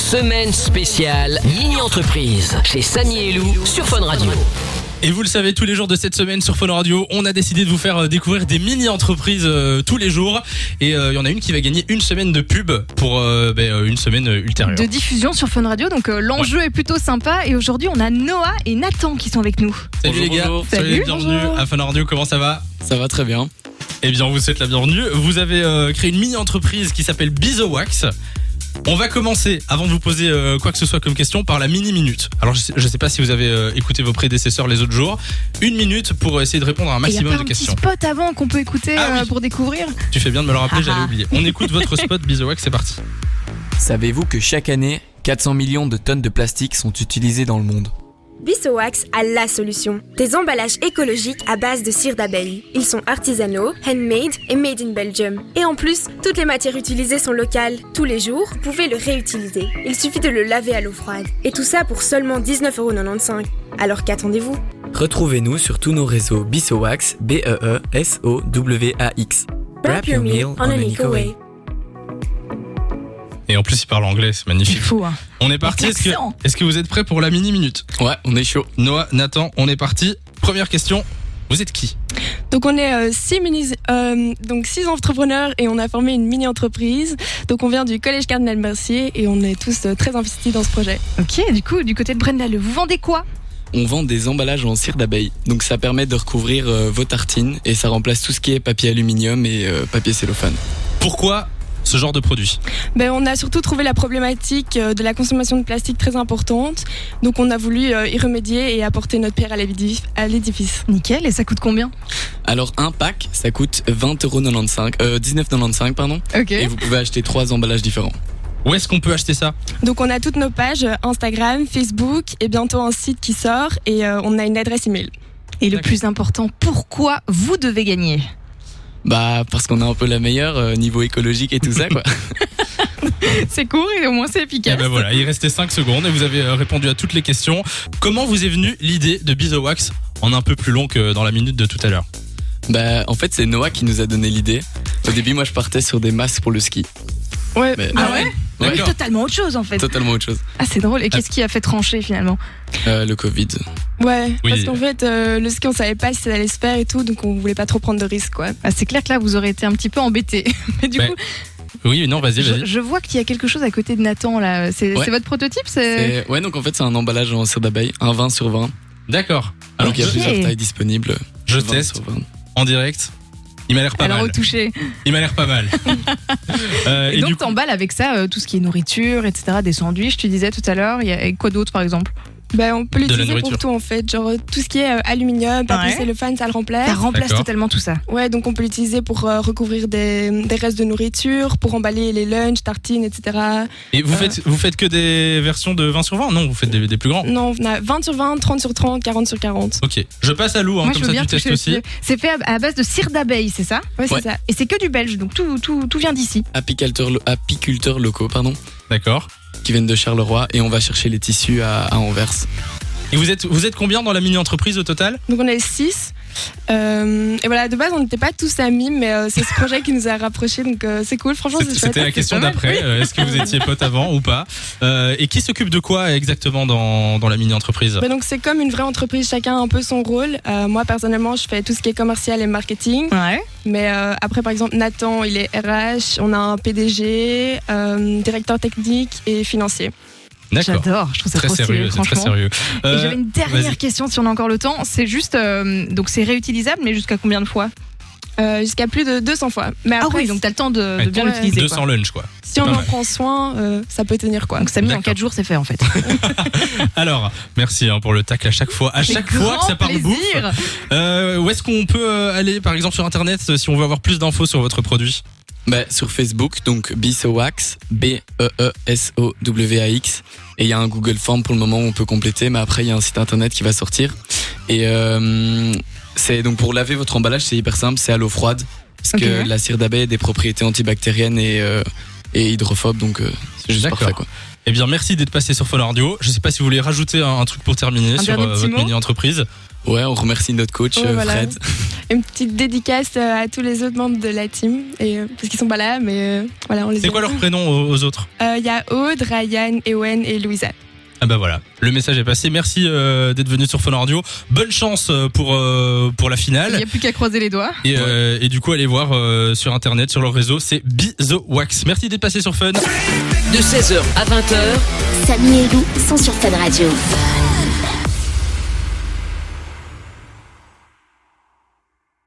Semaine spéciale Mini Entreprise chez Samy et Lou sur Fun Radio. Et vous le savez, tous les jours de cette semaine sur Phone Radio, on a décidé de vous faire euh, découvrir des mini-entreprises euh, tous les jours. Et euh, il y en a une qui va gagner une semaine de pub pour euh, ben, euh, une semaine euh, ultérieure. de diffusion sur Fun Radio. Donc euh, l'enjeu est plutôt sympa. Et aujourd'hui, on a Noah et Nathan qui sont avec nous. Salut Bonjour, les gars, bonjour. Salut, bienvenue bonjour. à Fun Radio, comment ça va Ça va très bien. Eh bien, on vous souhaite la bienvenue. Vous avez euh, créé une mini-entreprise qui s'appelle Bizowax. On va commencer, avant de vous poser euh, quoi que ce soit comme question, par la mini-minute. Alors, je sais, je sais pas si vous avez euh, écouté vos prédécesseurs les autres jours. Une minute pour essayer de répondre à un Et Il y a maximum pas de un petit questions. spot avant qu'on peut écouter Ah euh, oui. pour découvrir. Tu fais bien de me le rappeler, j'allais Haha. oublier. On écoute votre spot Bizowax, c'est parti. Savez-vous que chaque année, 400 millions de tonnes de plastique sont utilisées dans le monde Bissowax a la solution. Des emballages écologiques à base de cire d'abeille. Ils sont artisanaux, handmade et made in Belgium. Et en plus, toutes les matières utilisées sont locales. Tous les jours, vous pouvez le réutiliser. Il suffit de le laver à l'eau froide. Et tout ça pour seulement 19,95€. Alors qu'attendez-vous Retrouvez-nous sur tous nos réseaux Bissowax, E B-E-E-S-O-W-A-X. Wrap your meal on an eco way. Et en plus, il parle anglais, c'est magnifique. fou, hein. On est parti. Est-ce que, Accent. est-ce que vous êtes prêts pour la mini minute Ouais, on est chaud. Noah, Nathan, on est parti. Première question. Vous êtes qui Donc on est euh, six mini- euh, donc six entrepreneurs et on a formé une mini entreprise. Donc on vient du collège Cardinal Mercier et on est tous euh, très investis dans ce projet. Ok, du coup, du côté de Brenda, le vous vendez quoi On vend des emballages en cire d'abeille, donc ça permet de recouvrir euh, vos tartines et ça remplace tout ce qui est papier aluminium et euh, papier cellophane. Pourquoi ce genre de produit Ben, on a surtout trouvé la problématique euh, de la consommation de plastique très importante. Donc on a voulu euh, y remédier et apporter notre pierre à l'édif- à l'édifice. Nickel. Et ça coûte combien Alors un pack, ça coûte 20,95€, euh, 19,95 pardon, Ok. et vous pouvez acheter trois emballages différents. Où est-ce qu'on peut acheter ça Donc on a toutes nos pages euh, Instagram, Facebook et bientôt un site qui sort et euh, on a une adresse email. Et le plus important, pourquoi vous devez gagner Bah parce qu'on a un peu la meilleure euh, niveau écologique et tout ça quoi. C'est court et au moins c'est Eh efficace. ben voilà, il restait 5 secondes et vous avez euh, répondu à toutes les questions. Comment vous est venue l'idée de Bizowax en un peu plus long que dans la minute de tout à l'heure bah en fait c'est Noah qui nous a donné l'idée. Au début moi je partais sur des masques pour le ski. Ouais. Mais- Ah ouais Ah ben, oui, Ouais, totalement autre chose en fait. Totalement autre chose. Ah c'est drôle. Et qu'est-ce qui a fait trancher finalement Euh, le Covid. Ouais, Oui. parce qu'en fait euh, le ski on savait pas si ça allait se faire et tout donc on voulait pas trop prendre de risques quoi. Ah, C'est clair que là vous aurez été un petit peu embêté. Mais du Ouais. coup, Oui, non, vas-y, je, vas-y. je vois qu'il y a quelque chose à côté de Nathan là. C'est Ouais. c'est votre prototype c'est- Et- ouais, donc en fait, c'est un emballage en cire d'abeille, un 20 sur 20. D'accord. Alors, Alors qu'il y a ok. plusieurs tailles disponibles. je 20 teste sur 20. en direct. Il m'a l'air pas Alors mal. au toucher. Il m'a l'air pas mal. Euh, Et, du donc coup- t'emballes avec ça euh, tout ce qui est nourriture, etc. Des sandwichs, tu disais tout à l'heure. Il y a et quoi d'autre par exemple Ben, on peut De la l'utiliser nourriture. pour tout en fait, genre euh, tout ce qui est euh, aluminium, papier Ouais. cellophane, ça le Ça remplace. remplace D'accord. totalement tout ça. Ouais, donc on peut l'utiliser pour euh, recouvrir des, des restes de nourriture, pour emballer les lunchs, tartines, etc. Et Ah. vous Euh. faites, vous faites que des versions de 20 sur 20 Non, vous faites des, des plus grands. Non, on a 20 sur 20, 30 sur 30, 40 sur 40. Ok, je passe à Lou, hein, Moi je comme veux ça bien tu testes toucher le aussi. sujet. C'est fait à, à base de cire d'abeille, c'est ça Ouais, c'est Ouais. ça. Et c'est que du belge, donc tout, tout, tout vient d'ici. Apiculteurs, lo- apiculteurs locaux, pardon, D'accord. qui viennent de Charleroi et on va chercher les tissus à, à Anvers. Et vous êtes, vous êtes combien dans la mini-entreprise au total Donc on est 6. et voilà, de base, on n'était pas tous amis, mais euh, c'est ce projet qui nous a rapprochés, donc euh, c'est cool, franchement, C'est- c'est chouette. C'était la question d'après. Euh, Est-ce que vous étiez potes avant ou pas Euh, Et qui s'occupe de quoi exactement dans, dans la mini-entreprise Bah, Mais donc c'est comme une vraie entreprise, chacun a un peu son rôle. Euh, moi personnellement, je fais tout ce qui est commercial et marketing. Ouais. Mais euh, après, par exemple, Nathan, il est RH, on a un PDG, euh, directeur technique et financier. D'accord. J'adore, je trouve ça Très trop stylé, sérieux, c'est franchement. très sérieux. Et Euh, j'avais une dernière vas-y. question si on a encore le temps. C'est juste, euh, donc c'est réutilisable, mais jusqu'à combien de fois Euh, Jusqu'à plus de 200 fois. Mais Ah après, oui, donc t'as le temps de, de Ouais. bien Ouais. l'utiliser. 200 quoi. lunch quoi. si on pas en mal. prend soin, euh, ça peut tenir quoi. Donc Samy, en D'accord. 4 jours, c'est fait en fait. Alors, merci hein, pour le tac à chaque fois. À Avec chaque fois grand que ça parle bouffe. plaisir. Euh, où est-ce qu'on peut euh, aller par exemple sur internet euh, si on veut avoir plus d'infos sur votre produit Bah, sur Facebook, donc E Bisowax, B-E-E-S-O-W-A-X. Et il y a un Google Form pour le moment où on peut compléter, mais après, il y a un site internet qui va sortir. Et euh, c'est donc pour laver votre emballage, c'est hyper simple, c'est à l'eau froide. Parce Ok. que la cire d'abeille a des propriétés antibactériennes et, euh, et hydrophobes, donc euh, c'est C'est juste D'accord. parfait, quoi. Eh bien, merci d'être passé sur Fun Radio. Je sais pas si vous voulez rajouter un, un truc pour terminer sur dernier euh, petit votre mot mini-entreprise. Ouais, on remercie notre coach, Ouais, euh, voilà. Fred. Une petite dédicace euh, à tous les autres membres de la team, et, euh, parce qu'ils sont pas là, mais euh, voilà, on les C'est aime. quoi leur prénom aux, aux autres Euh, Il y a Aude, Ryan, Ewen et Louisa. Ah bah voilà, le message est passé. Merci euh, d'être venu sur Fun Radio. Bonne chance euh, pour, euh, pour la Il n'y finale. a plus qu'à croiser les doigts. Et, euh, et du coup, allez voir euh, sur internet, sur leur réseau, c'est Be The Wax. Merci d'être passé sur Fun. De 16h à 20h, Samy et Lou sont sur Fun Radio.